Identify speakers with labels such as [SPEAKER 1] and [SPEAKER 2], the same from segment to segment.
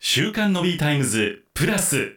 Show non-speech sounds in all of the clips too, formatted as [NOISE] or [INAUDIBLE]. [SPEAKER 1] 週刊のビータイムズプラス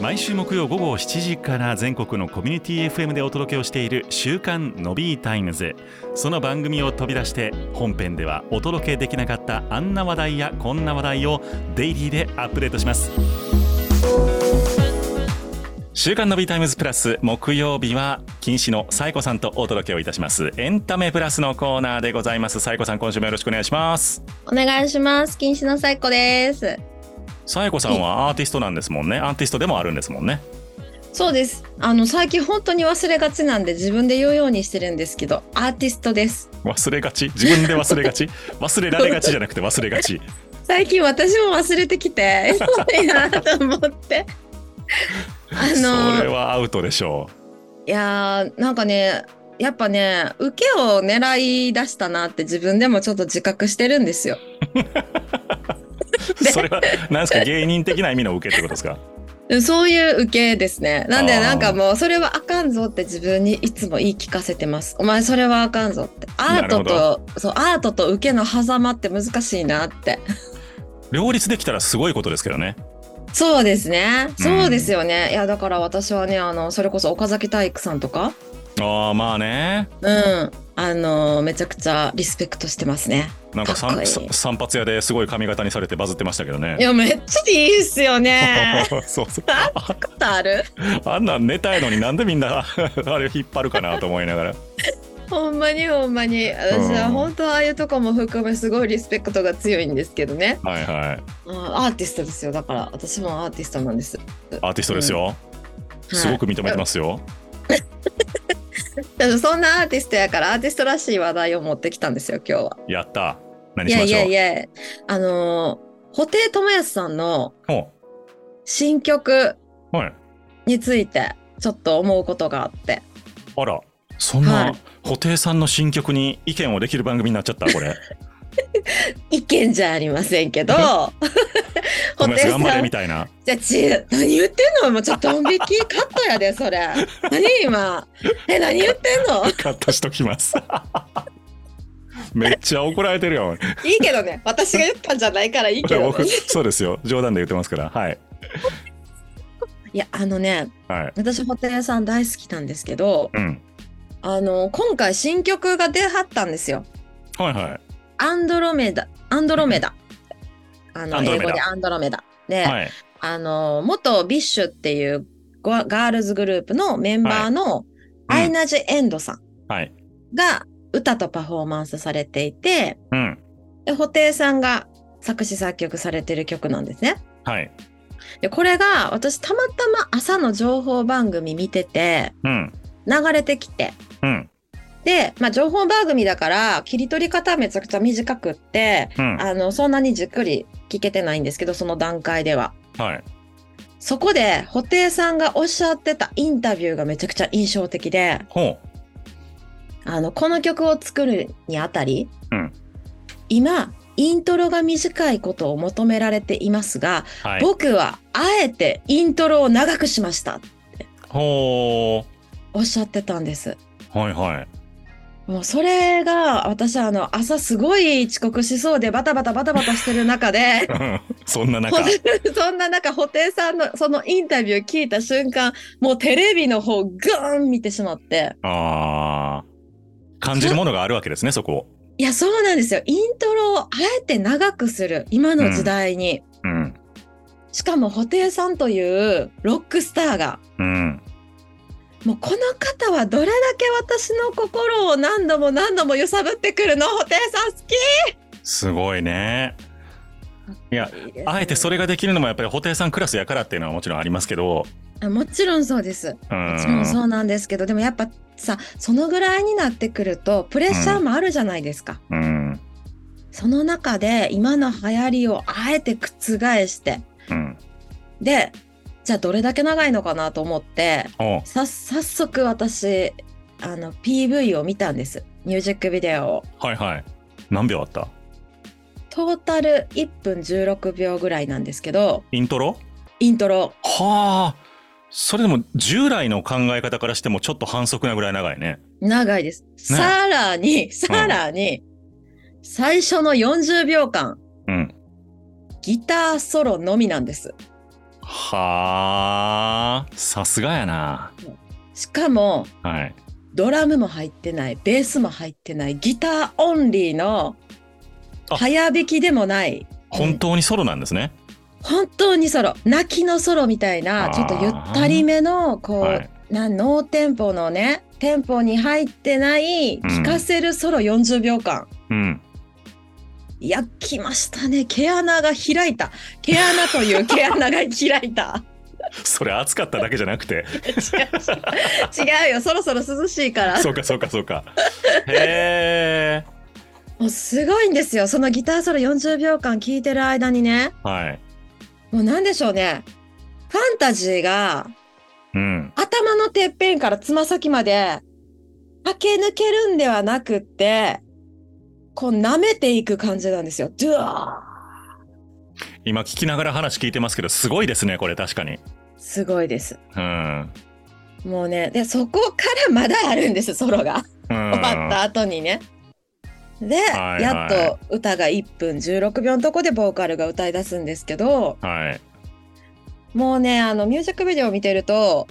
[SPEAKER 1] 毎週木曜午後7時から全国のコミュニティ FM でお届けをしている週刊のビータイムズその番組を飛び出して本編ではお届けできなかったあんな話題やこんな話題をデイリーでアップデートします週刊のビータイムズプラス木曜日は金子のサイコさんとお届けをいたしますエンタメプラスのコーナーでございますサイコさん今週もよろしくお願いします
[SPEAKER 2] お願いします。禁止のサイコです。
[SPEAKER 1] サイコさんはアーティストなんですもんねアーティストでもあるんですもんね
[SPEAKER 2] そうです。あの最近本当に忘れがちなんで自分で言うようにしてるんですけど、アーティストです。
[SPEAKER 1] 忘れがち自分で忘れが
[SPEAKER 2] [LAUGHS]
[SPEAKER 1] ち忘れられがちじゃなくて忘れがち
[SPEAKER 2] 最近私も忘れてきて、そうやなと思って。あ
[SPEAKER 1] それ
[SPEAKER 2] の
[SPEAKER 1] はアウトでしょ
[SPEAKER 2] いやーなんかね、やっぱね、受けを狙い出したなって自分でもちょっと自覚してるんですよ。
[SPEAKER 1] うそれは何ですか芸人的な意味の受けってことですか
[SPEAKER 2] そういう受けですね。なん
[SPEAKER 1] あ
[SPEAKER 2] で
[SPEAKER 1] ー
[SPEAKER 2] なんかもうそれはあかんぞって自分にいつも言い聞かせてます。お前それはあかんぞって。アート
[SPEAKER 1] な
[SPEAKER 2] と、そう、アートと受けの狭間って難しいなって。 [LAUGHS]
[SPEAKER 1] 両立できたらすごいことですけどね
[SPEAKER 2] そうですね。
[SPEAKER 1] うん
[SPEAKER 2] そうですよね。いや、だから私はね、あの、それこそ岡崎体育さんとか、
[SPEAKER 1] ああまあね
[SPEAKER 2] うん、あの、めちゃくちゃリスペクトしてますね。
[SPEAKER 1] なんか
[SPEAKER 2] かっこ
[SPEAKER 1] 散
[SPEAKER 2] いい
[SPEAKER 1] さ散髪屋ですごい髪型にされてバズってましたけど
[SPEAKER 2] い
[SPEAKER 1] ね
[SPEAKER 2] や、めっちゃいいっす
[SPEAKER 1] [LAUGHS]
[SPEAKER 2] よね。
[SPEAKER 1] そうそう
[SPEAKER 2] あったことある
[SPEAKER 1] あんなんネタやのになんでみんな [LAUGHS] あれ引っ張るかなと思いながら
[SPEAKER 2] ほんまにほんまに私は本当ああいうとこも含めすごいリスペクトが強いんですけどね
[SPEAKER 1] はいはい
[SPEAKER 2] うんアーティストですよだから私もアーティストなんです、
[SPEAKER 1] アーティストですよ、すごく認めてますよ
[SPEAKER 2] だからそんなアーティストやからアーティストらしい話題を持ってきたんですよ今日は
[SPEAKER 1] やった何
[SPEAKER 2] い
[SPEAKER 1] し
[SPEAKER 2] や
[SPEAKER 1] ま
[SPEAKER 2] い
[SPEAKER 1] しょう
[SPEAKER 2] やいやあのー布袋寅泰さんの
[SPEAKER 1] も
[SPEAKER 2] 新曲
[SPEAKER 1] うはい
[SPEAKER 2] についてちょっと思うことがあって
[SPEAKER 1] あらそん
[SPEAKER 2] は
[SPEAKER 1] ない布袋さんの新曲に意見をできる番組になっちゃったこ
[SPEAKER 2] [LAUGHS]
[SPEAKER 1] れ
[SPEAKER 2] 意見じゃありません [LAUGHS] けど
[SPEAKER 1] ごめんなさい頑張れ
[SPEAKER 2] ん
[SPEAKER 1] みたい
[SPEAKER 2] [LAUGHS]
[SPEAKER 1] な
[SPEAKER 2] じゃあち何言ってんのもうちょっとドン引きカットやで
[SPEAKER 1] [LAUGHS]
[SPEAKER 2] それ何今え何言ってんの
[SPEAKER 1] カットしときますめっちゃ怒られてるよ
[SPEAKER 2] いいけどね私が言ったんじゃないからいいけどね、
[SPEAKER 1] 僕そうですよ冗談で言ってますからはい
[SPEAKER 2] いやあのね
[SPEAKER 1] はい
[SPEAKER 2] 私布袋さん大好きなんですけど
[SPEAKER 1] うん
[SPEAKER 2] あの今回新曲が出はったんですよ
[SPEAKER 1] はいはい
[SPEAKER 2] 「アンドロメダ」「アンドロメダ」あ
[SPEAKER 1] ア
[SPEAKER 2] の
[SPEAKER 1] ンドロ
[SPEAKER 2] 英
[SPEAKER 1] メダ
[SPEAKER 2] 語で「アンドロメダ」で、
[SPEAKER 1] はい
[SPEAKER 2] あの元ビッシュっていうゴアガールズグループのメンバーの
[SPEAKER 1] はいうん
[SPEAKER 2] アイナ・ジ・エンドさん
[SPEAKER 1] はい
[SPEAKER 2] が歌とパフォーマンスされていて
[SPEAKER 1] うん
[SPEAKER 2] で布袋さんが作詞作曲されてる曲なんですね。
[SPEAKER 1] はい
[SPEAKER 2] でこれが私たまたま朝の情報番組見てて
[SPEAKER 1] うん
[SPEAKER 2] 流れてきて
[SPEAKER 1] うん
[SPEAKER 2] で、まあ、情報番組だから切り取り方めちゃくちゃ短くって
[SPEAKER 1] うん
[SPEAKER 2] あのそんなにじっくり聞けてないんですけどその段階では
[SPEAKER 1] はい
[SPEAKER 2] そこで布袋さんがおっしゃってたインタビューがめちゃくちゃ印象的で
[SPEAKER 1] ほ
[SPEAKER 2] あのこの曲を作るにあたり、
[SPEAKER 1] うん
[SPEAKER 2] 今イントロが短いことを求められていますが、
[SPEAKER 1] うはい
[SPEAKER 2] 僕はあえてイントロを長くしました
[SPEAKER 1] ほ
[SPEAKER 2] おっしゃってたんです。
[SPEAKER 1] うはいはい [LAUGHS]
[SPEAKER 2] もうそれが私あの朝すごい遅刻しそうでバタバタバタバタしてる中で
[SPEAKER 1] うんそんな中
[SPEAKER 2] ほんで [LAUGHS] そんな中布袋さんのそのインタビュー聞いた瞬間もうテレビの方グーン見てしまって
[SPEAKER 1] あー感じるものがあるわけですねそこを
[SPEAKER 2] いやそうなんですよイントロをあえて長くする今の時代に、
[SPEAKER 1] うん
[SPEAKER 2] しかも布袋さんというロックスターが
[SPEAKER 1] うん
[SPEAKER 2] もうこの方はどれだけ私の心を何度も何度も揺さぶってくるの布袋さん好き
[SPEAKER 1] すごいねいやあえてそ
[SPEAKER 2] れ
[SPEAKER 1] れができるのもやっぱり布袋さんクラスやからっていうのはもちろんありますけど、
[SPEAKER 2] もちろんそうです
[SPEAKER 1] う
[SPEAKER 2] もちろ
[SPEAKER 1] ん
[SPEAKER 2] ん、そうなんですけどでもやっぱさそのぐらいになってくるとプレッシャーもあるじゃないですか、
[SPEAKER 1] うん
[SPEAKER 2] その中で今の流行りをあえて覆して
[SPEAKER 1] うん、
[SPEAKER 2] でじゃあどれだけ長いのかなと思って
[SPEAKER 1] おう
[SPEAKER 2] さ早速私あの PV を見たんですミュージックビデオを
[SPEAKER 1] はいはい何秒あった
[SPEAKER 2] トータル1分16秒ぐらいなんですけど
[SPEAKER 1] イントロ
[SPEAKER 2] イントロ
[SPEAKER 1] はあそれでも従来の考え方からしてもちょっと反則なぐらい長いね
[SPEAKER 2] 長いです、さらにさらに、最初の40秒間
[SPEAKER 1] うん
[SPEAKER 2] ギターソロのみなんです。
[SPEAKER 1] はあさすがやな
[SPEAKER 2] しかも
[SPEAKER 1] はい
[SPEAKER 2] ドラムも入ってないベースも入ってないギターオンリーの
[SPEAKER 1] あ
[SPEAKER 2] 早弾きでもない
[SPEAKER 1] 本当にソロなんですね、
[SPEAKER 2] 本当にソロ泣きのソロみたいな
[SPEAKER 1] あー
[SPEAKER 2] ちょっとゆったりめのこう、
[SPEAKER 1] はい
[SPEAKER 2] なノーテンポのねテンポに入ってな
[SPEAKER 1] う
[SPEAKER 2] い
[SPEAKER 1] ん
[SPEAKER 2] 聴かせるソロ40秒間。
[SPEAKER 1] うん
[SPEAKER 2] いやきましたね毛穴が開いた毛穴と
[SPEAKER 1] [LAUGHS]
[SPEAKER 2] いう毛穴が開いた
[SPEAKER 1] それ暑かっただけじゃなくて
[SPEAKER 2] 違う違う違うよそろそろ涼しいから
[SPEAKER 1] そうかそうかそうかへえ
[SPEAKER 2] もうすごいんですよそのギターソロ40秒間聴いてる間にね
[SPEAKER 1] はい
[SPEAKER 2] もう何でしょうねファンタジーが
[SPEAKER 1] うん
[SPEAKER 2] 頭のてっぺんからつま先まで駆け抜けるんではなくってこう舐めていく感じなんですよ。ドゥワ
[SPEAKER 1] 今聞きながら話聞いてますけどすごいですねこれ確かに
[SPEAKER 2] ーすごいです。
[SPEAKER 1] うん
[SPEAKER 2] もうねでそこからまだあるんですソロが
[SPEAKER 1] うん
[SPEAKER 2] 終わった後にね。で、
[SPEAKER 1] はいはい
[SPEAKER 2] やっと歌が1分16秒のとこでボーカルが歌い出すんですけど
[SPEAKER 1] はい
[SPEAKER 2] もうねあのミュージックビデオを見てると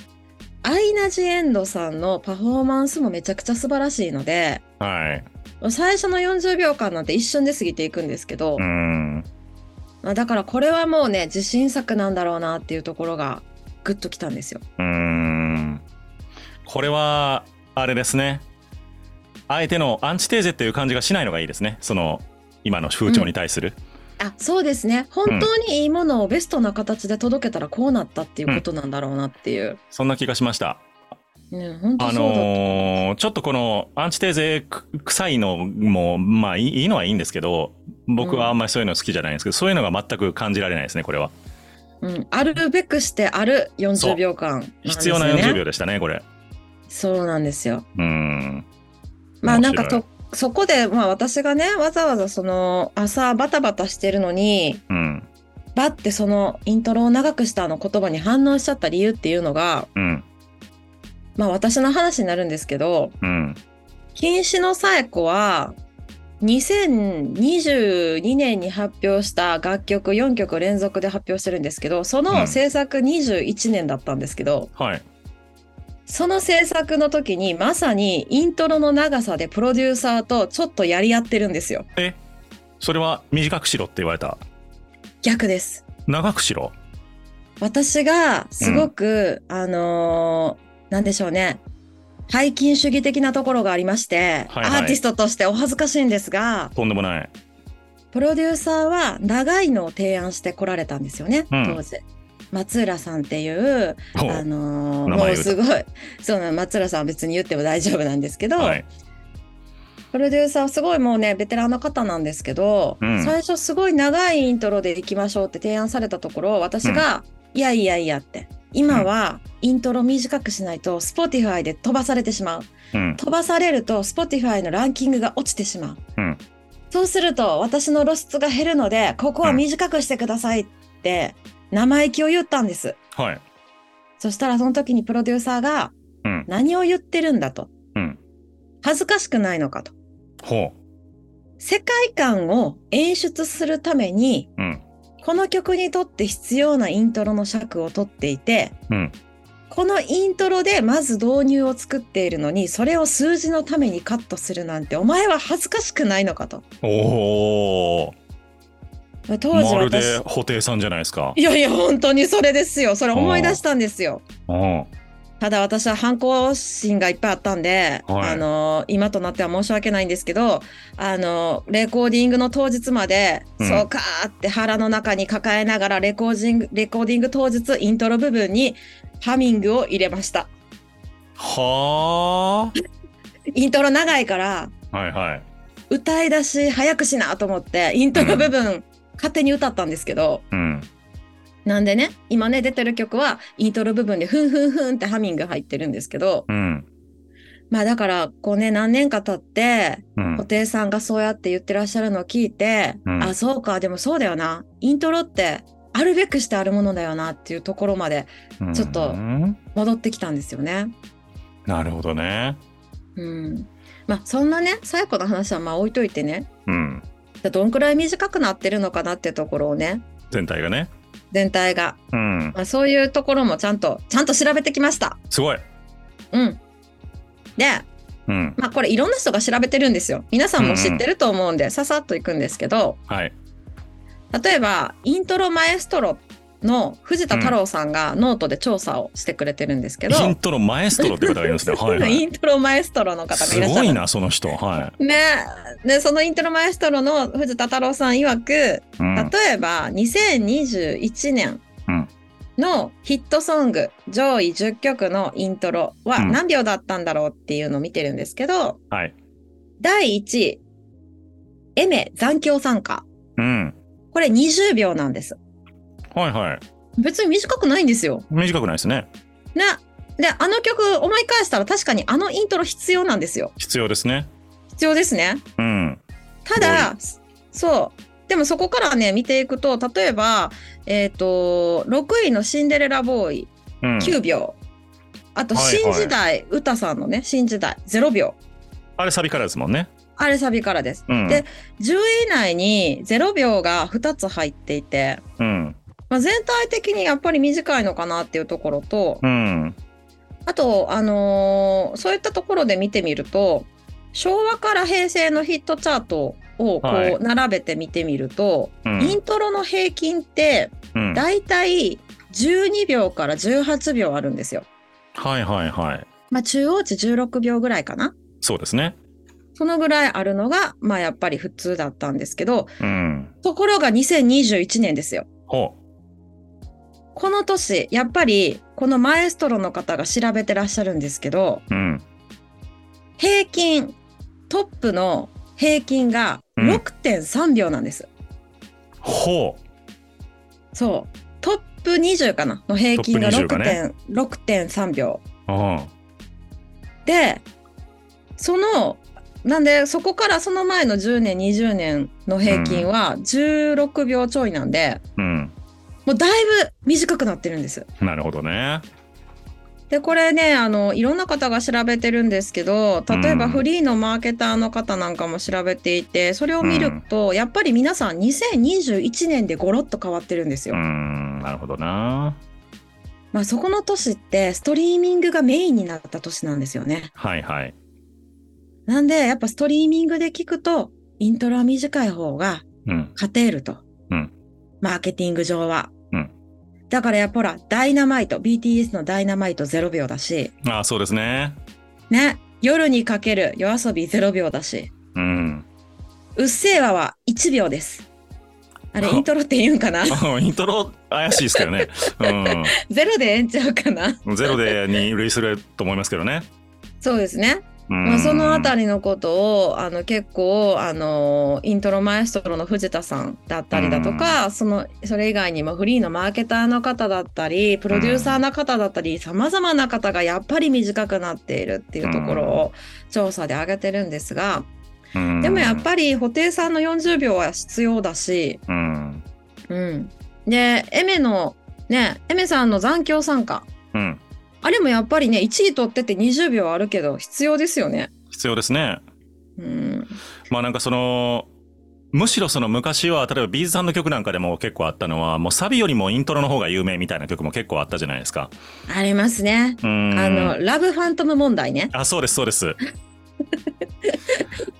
[SPEAKER 2] アイナ・ジ・エンドさんのパフォーマンスもめちゃくちゃ素晴らしいので。
[SPEAKER 1] はい
[SPEAKER 2] 最初の40秒間なんて一瞬で過ぎていくんですけど、
[SPEAKER 1] うん
[SPEAKER 2] まあだからこれはもうね自信作なんだろうなっていうところがグッときたんですよ。
[SPEAKER 1] うーんこれはあれですねあえてのアンチテーゼっていう感じがしないのがいいですねその今の風潮に対する、
[SPEAKER 2] あそうですね本当にいいものをベストな形で届けたらこうなったっていうことなんだろうなっていう、
[SPEAKER 1] そんな気がしました
[SPEAKER 2] ね、本当
[SPEAKER 1] あ
[SPEAKER 2] そうだと、
[SPEAKER 1] のーちょっとこのアンチテーゼく臭いのもまあいいいいのはいいんですけど僕はあんまりそういうの好きじゃないんですけど、そういうのが全く感じられないですねこれは
[SPEAKER 2] うん、あるべくしてある40秒間なんです
[SPEAKER 1] 必
[SPEAKER 2] よ
[SPEAKER 1] 要
[SPEAKER 2] ね
[SPEAKER 1] な40秒でしたねこれ
[SPEAKER 2] そうなんですよ。
[SPEAKER 1] うーん
[SPEAKER 2] まあ
[SPEAKER 1] 面
[SPEAKER 2] なん
[SPEAKER 1] 白い
[SPEAKER 2] かとそこで、まあ、私がねわざわざその朝バタバタしてるのに
[SPEAKER 1] うん
[SPEAKER 2] バッてそのイントロを長くしたあの言葉に反応しちゃった理由っていうのが
[SPEAKER 1] うん
[SPEAKER 2] まあ私の話になるんですけど、
[SPEAKER 1] うん
[SPEAKER 2] 禁止のさえ子は、2022年に発表した楽曲4曲連続で発表してるんですけど、そ
[SPEAKER 1] うん
[SPEAKER 2] の制作21年だったんですけど、
[SPEAKER 1] はい
[SPEAKER 2] その制作の時にまさにイントロの長さでプロデューサーとちょっとやり合ってるんですよ。
[SPEAKER 1] それは短くしろって言われた
[SPEAKER 2] 逆です。
[SPEAKER 1] 長くしろ
[SPEAKER 2] 私がすごく、あのーなんでしょうね。背筋主義的なところがありまして、
[SPEAKER 1] はいはい
[SPEAKER 2] アーティストとしてお恥ずかしいんですが、
[SPEAKER 1] とんでもない
[SPEAKER 2] プロデューサーは長いのを提案してこられたんですよね、
[SPEAKER 1] うん
[SPEAKER 2] 当時。松浦さんっていう、
[SPEAKER 1] ほう
[SPEAKER 2] あのー
[SPEAKER 1] 名前
[SPEAKER 2] も
[SPEAKER 1] 言
[SPEAKER 2] う
[SPEAKER 1] うた
[SPEAKER 2] すごいそうなの松浦さんは別に言っても大丈夫なんですけど、
[SPEAKER 1] はい
[SPEAKER 2] プロデューサーはすごいもうねベテランの方なんですけど、
[SPEAKER 1] うん
[SPEAKER 2] 最初すごい長いイントロでいきましょうって提案されたところ私が「いやいやいや」って今はイントロ短くしないと Spotify で飛ばされてしまう。
[SPEAKER 1] うん
[SPEAKER 2] 飛ばされると Spotify のランキングが落ちてしまう、
[SPEAKER 1] うん
[SPEAKER 2] そうすると私の露出が減るのでここは短くしてくださいって生意気を言ったんです
[SPEAKER 1] はい
[SPEAKER 2] そしたらその時にプロデューサーが
[SPEAKER 1] うん
[SPEAKER 2] 何を言ってるんだと
[SPEAKER 1] うん
[SPEAKER 2] 恥ずかしくないのかと
[SPEAKER 1] ほ
[SPEAKER 2] 世界観を演出するために
[SPEAKER 1] ううん
[SPEAKER 2] この曲にとって必要なイントロの尺を取っていて
[SPEAKER 1] うん
[SPEAKER 2] このイントロでまず導入を作っているのにそれを数字のためにカットするなんてお前は恥ずかしくないのかと
[SPEAKER 1] おお
[SPEAKER 2] 当時
[SPEAKER 1] まるで
[SPEAKER 2] 私
[SPEAKER 1] 布袋さんじゃないですか
[SPEAKER 2] いやいや本当にそれですよそれ思い出したんですよ
[SPEAKER 1] うん
[SPEAKER 2] ただ私は反抗心がいっぱいあったんで、
[SPEAKER 1] はい
[SPEAKER 2] あの今となっては申し訳ないんですけどあのレコーディングの当日まで、
[SPEAKER 1] うん
[SPEAKER 2] そうかーって腹の中に抱えながらレコーディングレコーディング当日イントロ部分にハミングを入れました
[SPEAKER 1] は
[SPEAKER 2] イントロ長いから
[SPEAKER 1] あはいはい
[SPEAKER 2] 歌い出し早くしなと思ってイントロ部分、勝手に歌ったんですけど
[SPEAKER 1] うん
[SPEAKER 2] なんでね今ね出てる曲はイントロ部分でふんふんふんってハミング入ってるんですけど
[SPEAKER 1] うん
[SPEAKER 2] まあだからこうね何年か経って
[SPEAKER 1] うん
[SPEAKER 2] 布袋さんがそうやって言ってらっしゃるのを聞いて、
[SPEAKER 1] うん
[SPEAKER 2] あそうかでもそうだよなイントロってあるべくしてあるものだよなっていうところまで
[SPEAKER 1] うん
[SPEAKER 2] ちょっと戻ってきたんですよね。
[SPEAKER 1] なるほどね
[SPEAKER 2] うん、まあそんなね最後の話はまあ置いといてね
[SPEAKER 1] うん
[SPEAKER 2] じゃあどんくらい短くなってるのかなっていうところをね
[SPEAKER 1] 全体がね。
[SPEAKER 2] 全体が、
[SPEAKER 1] うん。
[SPEAKER 2] まあ、そういうところもちゃんとちゃんと調べてきました
[SPEAKER 1] すごい。
[SPEAKER 2] うんで
[SPEAKER 1] うん。
[SPEAKER 2] まあこれいろんな人が調べてるんですよ皆さんも知ってると思うんで、ささっといくんですけど
[SPEAKER 1] はい。
[SPEAKER 2] 例えばイントロマエストロの藤田太郎さんがノートで調査をしてくれてるんですけど、
[SPEAKER 1] イントロマエストロって方がいるん
[SPEAKER 2] [LAUGHS]
[SPEAKER 1] ですね。はい、は
[SPEAKER 2] イ
[SPEAKER 1] い。
[SPEAKER 2] ントロマエストロの方がい
[SPEAKER 1] す
[SPEAKER 2] らっしゃ
[SPEAKER 1] ごい
[SPEAKER 2] る
[SPEAKER 1] な、その人。は
[SPEAKER 2] ねでそのイントロマエストロの藤田太郎さん曰く
[SPEAKER 1] い。うん。
[SPEAKER 2] 例えば2021年
[SPEAKER 1] うん
[SPEAKER 2] のヒットソング上位10曲のイントロは
[SPEAKER 1] うん
[SPEAKER 2] 何秒だったんだろうっていうのを見てるんですけど、
[SPEAKER 1] はい。
[SPEAKER 2] 第1位「エメ残響参加
[SPEAKER 1] うん。」
[SPEAKER 2] これ20秒なんです
[SPEAKER 1] はいはい。
[SPEAKER 2] 別に短くないんですよ。
[SPEAKER 1] 短くないですね。
[SPEAKER 2] ねであの曲思い返したら確かにあのイントロ必要なんですよ
[SPEAKER 1] 必要ですね。
[SPEAKER 2] 必要ですね
[SPEAKER 1] うん。
[SPEAKER 2] ただそうでもそこからね見ていくと例えば、えっと6位の「シンデレラボーイ」
[SPEAKER 1] うん。
[SPEAKER 2] 9秒、あと「
[SPEAKER 1] はいはい
[SPEAKER 2] 新時代」歌さんのね「新時代」0秒
[SPEAKER 1] あれサビからですもんね。
[SPEAKER 2] あれサビからです
[SPEAKER 1] うん。
[SPEAKER 2] で10位以内に0秒が2つ入っていて、
[SPEAKER 1] うん。
[SPEAKER 2] まあ、全体的にやっぱり短いのかなっていうところと
[SPEAKER 1] うん。
[SPEAKER 2] あと、あのーそういったところで見てみると昭和から平成のヒットチャートをこ
[SPEAKER 1] はいう
[SPEAKER 2] 並べて見てみると、
[SPEAKER 1] うん。
[SPEAKER 2] イントロの平均って
[SPEAKER 1] うん
[SPEAKER 2] だいたい12秒から18秒あるんですよ。
[SPEAKER 1] はいはいはい。
[SPEAKER 2] まあ、中央値16秒ぐらいかな。
[SPEAKER 1] そうですね。
[SPEAKER 2] そのぐらいあるのが、まあやっぱり普通だったんですけど、
[SPEAKER 1] うん。
[SPEAKER 2] ところが2021年ですよ。
[SPEAKER 1] ほ
[SPEAKER 2] この年、やっぱりこのマエストロの方が調べてらっしゃるんですけど、
[SPEAKER 1] う。うん。
[SPEAKER 2] 平均、トップの平均が
[SPEAKER 1] うん
[SPEAKER 2] 6.3秒なんです。
[SPEAKER 1] ほう。
[SPEAKER 2] そう。トップ20かなの平均が
[SPEAKER 1] トッ
[SPEAKER 2] 6
[SPEAKER 1] プ20がね
[SPEAKER 2] 点、6.3秒。
[SPEAKER 1] うん。
[SPEAKER 2] で、その、なんでそこからその前の10年20年の平均は16秒ちょいなんで、
[SPEAKER 1] うん。
[SPEAKER 2] もうだいぶ短くなってるんです。
[SPEAKER 1] なるほどね。
[SPEAKER 2] でこれねあのいろんな方が調べてるんですけど例え
[SPEAKER 1] う
[SPEAKER 2] ば
[SPEAKER 1] ん
[SPEAKER 2] フリーのマーケターの方なんかも調べていてそれを見ると、やっぱり皆さん2021年でゴロッと変わってるんです
[SPEAKER 1] う
[SPEAKER 2] よ。
[SPEAKER 1] ん。なるほどな。
[SPEAKER 2] まあ、そこの年ってストリーミングがメインになった年なんですよね。
[SPEAKER 1] はいはい。
[SPEAKER 2] なんでやっぱストリーミングで聞くとイントロは短い方が
[SPEAKER 1] うん。
[SPEAKER 2] 勝てると、
[SPEAKER 1] うん
[SPEAKER 2] マーケティング上は。
[SPEAKER 1] うん
[SPEAKER 2] だからやっぱほらダイナマイト BTS のダイナマイト0秒だし
[SPEAKER 1] ああ、そうですね。
[SPEAKER 2] ね夜にかける夜遊び0秒だし
[SPEAKER 1] うん。
[SPEAKER 2] うっせぇわは1秒です。あれ、
[SPEAKER 1] あ
[SPEAKER 2] イントロって言うんかな
[SPEAKER 1] イントロ怪しいですけどね。
[SPEAKER 2] [LAUGHS] ゼロでええんちゃうかな
[SPEAKER 1] うん。ゼロでに類すると思いますけどね。
[SPEAKER 2] [LAUGHS] そうですね。
[SPEAKER 1] うん
[SPEAKER 2] まあ、そのあたりのことを、あの、結構、あの、イントロマエストロの藤田さんだったりだとか、その、それ以外にもフリーのマーケターの方だったり、プロデューサーの方だったり、様々な方がやっぱり短くなっているっていうところを調査で挙げてるんですが、
[SPEAKER 1] うん
[SPEAKER 2] でもやっぱり、布袋さんの40秒は必要だし、
[SPEAKER 1] うん。
[SPEAKER 2] うん、でエメのねエメさんの残響参加
[SPEAKER 1] うん。
[SPEAKER 2] あれもやっぱりね1位取ってて20秒あるけど必要ですよね。
[SPEAKER 1] 必要ですね。
[SPEAKER 2] うん、
[SPEAKER 1] まあなんかその、むしろその昔は、例えばビーズさんの曲なんかでも結構あったのは、もうサビよりもイントロの方が有名みたいな曲も結構あったじゃないですか。
[SPEAKER 2] ありますね。
[SPEAKER 1] うん。
[SPEAKER 2] あのラブファントム問題ね。
[SPEAKER 1] あそうですそうです [LAUGHS] だ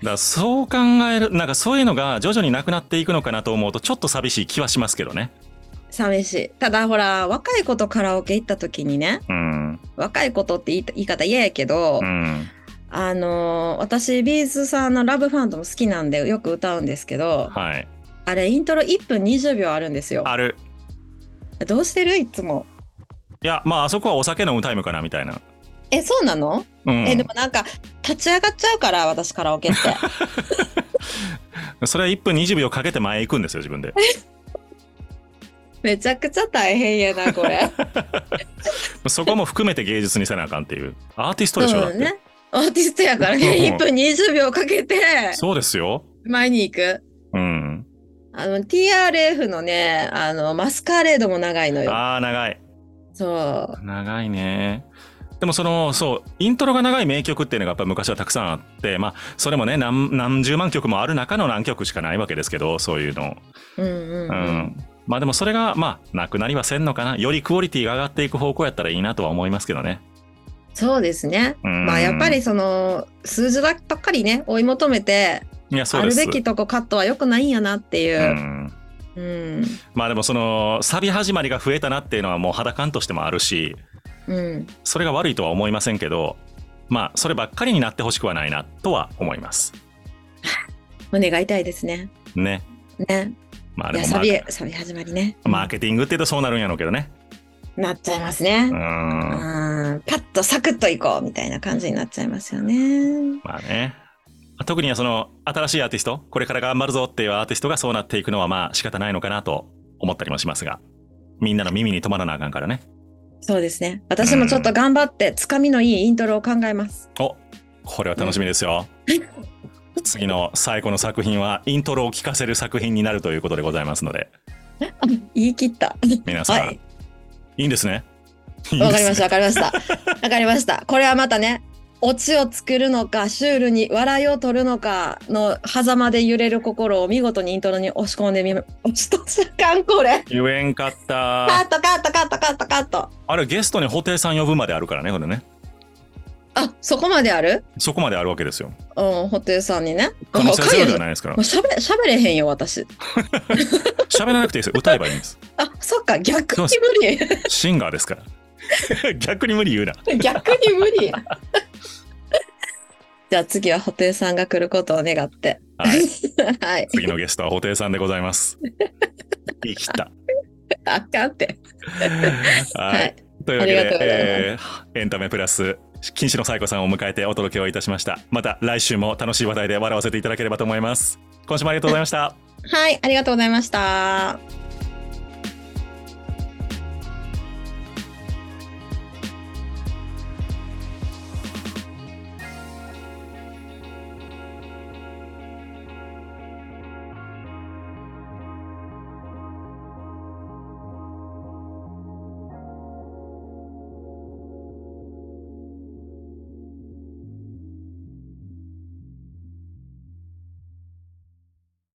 [SPEAKER 1] からそう考えるなんかそういうのが徐々になくなっていくのかなと思うとちょっと寂しい気はしますけどね
[SPEAKER 2] 寂しい。ただほら若い子とカラオケ行った時にね
[SPEAKER 1] うん
[SPEAKER 2] 若い子とって言い言い方嫌やけど、
[SPEAKER 1] うん
[SPEAKER 2] あの私ビーズさんのラブファントム好きなんでよく歌うんですけど
[SPEAKER 1] はい
[SPEAKER 2] あれイントロ1分20秒あるんですよ。
[SPEAKER 1] ある
[SPEAKER 2] どうしてるいつも。
[SPEAKER 1] いやまああそこはお酒のタイムかなみたいな
[SPEAKER 2] えそうなの、
[SPEAKER 1] うん
[SPEAKER 2] えでもなんか立ち上がっちゃうから私カ
[SPEAKER 1] [LAUGHS]
[SPEAKER 2] ラオケって。
[SPEAKER 1] それは1分20秒かけて前へ行くんですよ自分で
[SPEAKER 2] めちゃくちゃ大変やなこれ。
[SPEAKER 1] そこも含めて芸術にせなあかんっていうアーティストでしょだっ
[SPEAKER 2] そ
[SPEAKER 1] て、
[SPEAKER 2] うね。アーティストやから
[SPEAKER 1] うん
[SPEAKER 2] ね1分20秒かけて
[SPEAKER 1] そうですよ
[SPEAKER 2] 前に行く。
[SPEAKER 1] うん
[SPEAKER 2] あの TRF のねあのマスカレードも長いのよ。
[SPEAKER 1] あー長い
[SPEAKER 2] そ
[SPEAKER 1] 長いねでもそのそうイントロが長い名曲っていうのがやっぱ昔はたくさんあってまあそれもね何何十万曲もある中の何曲しかないわけですけどそういうの、
[SPEAKER 2] う。うんうん、
[SPEAKER 1] う
[SPEAKER 2] うんん。
[SPEAKER 1] まあでもそれがまあなくなりはせんのかなよりクオリティが上がっていく方向やったらいいなとは思いますけどね
[SPEAKER 2] そうですね。
[SPEAKER 1] うん
[SPEAKER 2] まあやっぱりその数字ばっかりね追い求めて
[SPEAKER 1] いやそ
[SPEAKER 2] あ
[SPEAKER 1] うで
[SPEAKER 2] る
[SPEAKER 1] す
[SPEAKER 2] べきとこカットは良くないんやなっていうう。
[SPEAKER 1] ん
[SPEAKER 2] うん。
[SPEAKER 1] まあでもそのサビ始まりが増えたなっていうのはもう肌感としてもあるし
[SPEAKER 2] うん。
[SPEAKER 1] それが悪いとは思いませんけどまあそればっかりになってほしくはないなとは思います
[SPEAKER 2] お願いたいですね。
[SPEAKER 1] ね
[SPEAKER 2] ね。
[SPEAKER 1] まあ
[SPEAKER 2] い
[SPEAKER 1] で
[SPEAKER 2] や
[SPEAKER 1] も
[SPEAKER 2] サ
[SPEAKER 1] マ
[SPEAKER 2] ビ
[SPEAKER 1] ー
[SPEAKER 2] へサビ始まりね。
[SPEAKER 1] マーケティングって言うとそうなるんやろうけどね
[SPEAKER 2] なっちゃいますね
[SPEAKER 1] う。ん
[SPEAKER 2] うんパッとサクッといこうみたいな感じになっちゃいますよね。
[SPEAKER 1] まあね。特にその新しいアーティスト、これから頑張るぞっていうアーティストがそうなっていくのはまあ仕方ないのかなと思ったりもしますが、みんなの耳に止まらなあかんからね。
[SPEAKER 2] そうですね。私もちょっと頑張ってつかみのいいイントロを考えます。
[SPEAKER 1] おこれは楽しみですよ。次の最後の作品はイントロを聞かせる作品になるということでございますので、
[SPEAKER 2] 言い切った。
[SPEAKER 1] 皆さん、
[SPEAKER 2] はい
[SPEAKER 1] い、。いんですね。
[SPEAKER 2] わかりました、
[SPEAKER 1] いいんですね
[SPEAKER 2] わかりました。わかりました。これはまたね、オチを作るのか、シュールに笑いを取るのかの狭間で揺れる心を見事にイントロに押し込んでみ、押しとしかん、これ。
[SPEAKER 1] 言えんかっ
[SPEAKER 2] カッ
[SPEAKER 1] た。
[SPEAKER 2] トカットカットカットカット。
[SPEAKER 1] あれゲストに布袋さん呼ぶまであるからね、これね。
[SPEAKER 2] あ、そこまである
[SPEAKER 1] そこまであるわけですよ。
[SPEAKER 2] うん、ホテルさんにね。
[SPEAKER 1] 可能性はゼロでは
[SPEAKER 2] も
[SPEAKER 1] ないですから
[SPEAKER 2] う。喋れ喋れへんよ、私。
[SPEAKER 1] 喋らなくていいですよ。歌えばいいんです。
[SPEAKER 2] あ、そっか、逆
[SPEAKER 1] そう
[SPEAKER 2] に
[SPEAKER 1] で
[SPEAKER 2] 無理。
[SPEAKER 1] シンガーですから。 [LAUGHS] 逆に無理言うな。
[SPEAKER 2] [LAUGHS] 逆に無理や。じゃあ次はホテルさんが来ることを願って。
[SPEAKER 1] はい、
[SPEAKER 2] [LAUGHS] はい。
[SPEAKER 1] 次のゲストは布袋さんでございます。言い切った。
[SPEAKER 2] あかんって。
[SPEAKER 1] は
[SPEAKER 2] はいい。。
[SPEAKER 1] というわけ
[SPEAKER 2] ありが
[SPEAKER 1] で、
[SPEAKER 2] とうございます
[SPEAKER 1] えーエンタメプラス禁止のサイコさんを迎えてお届けをいたしました。また来週も楽しい話題で笑わせていただければと思います。今週もありがとうございました。
[SPEAKER 2] はい、ありがとうございました。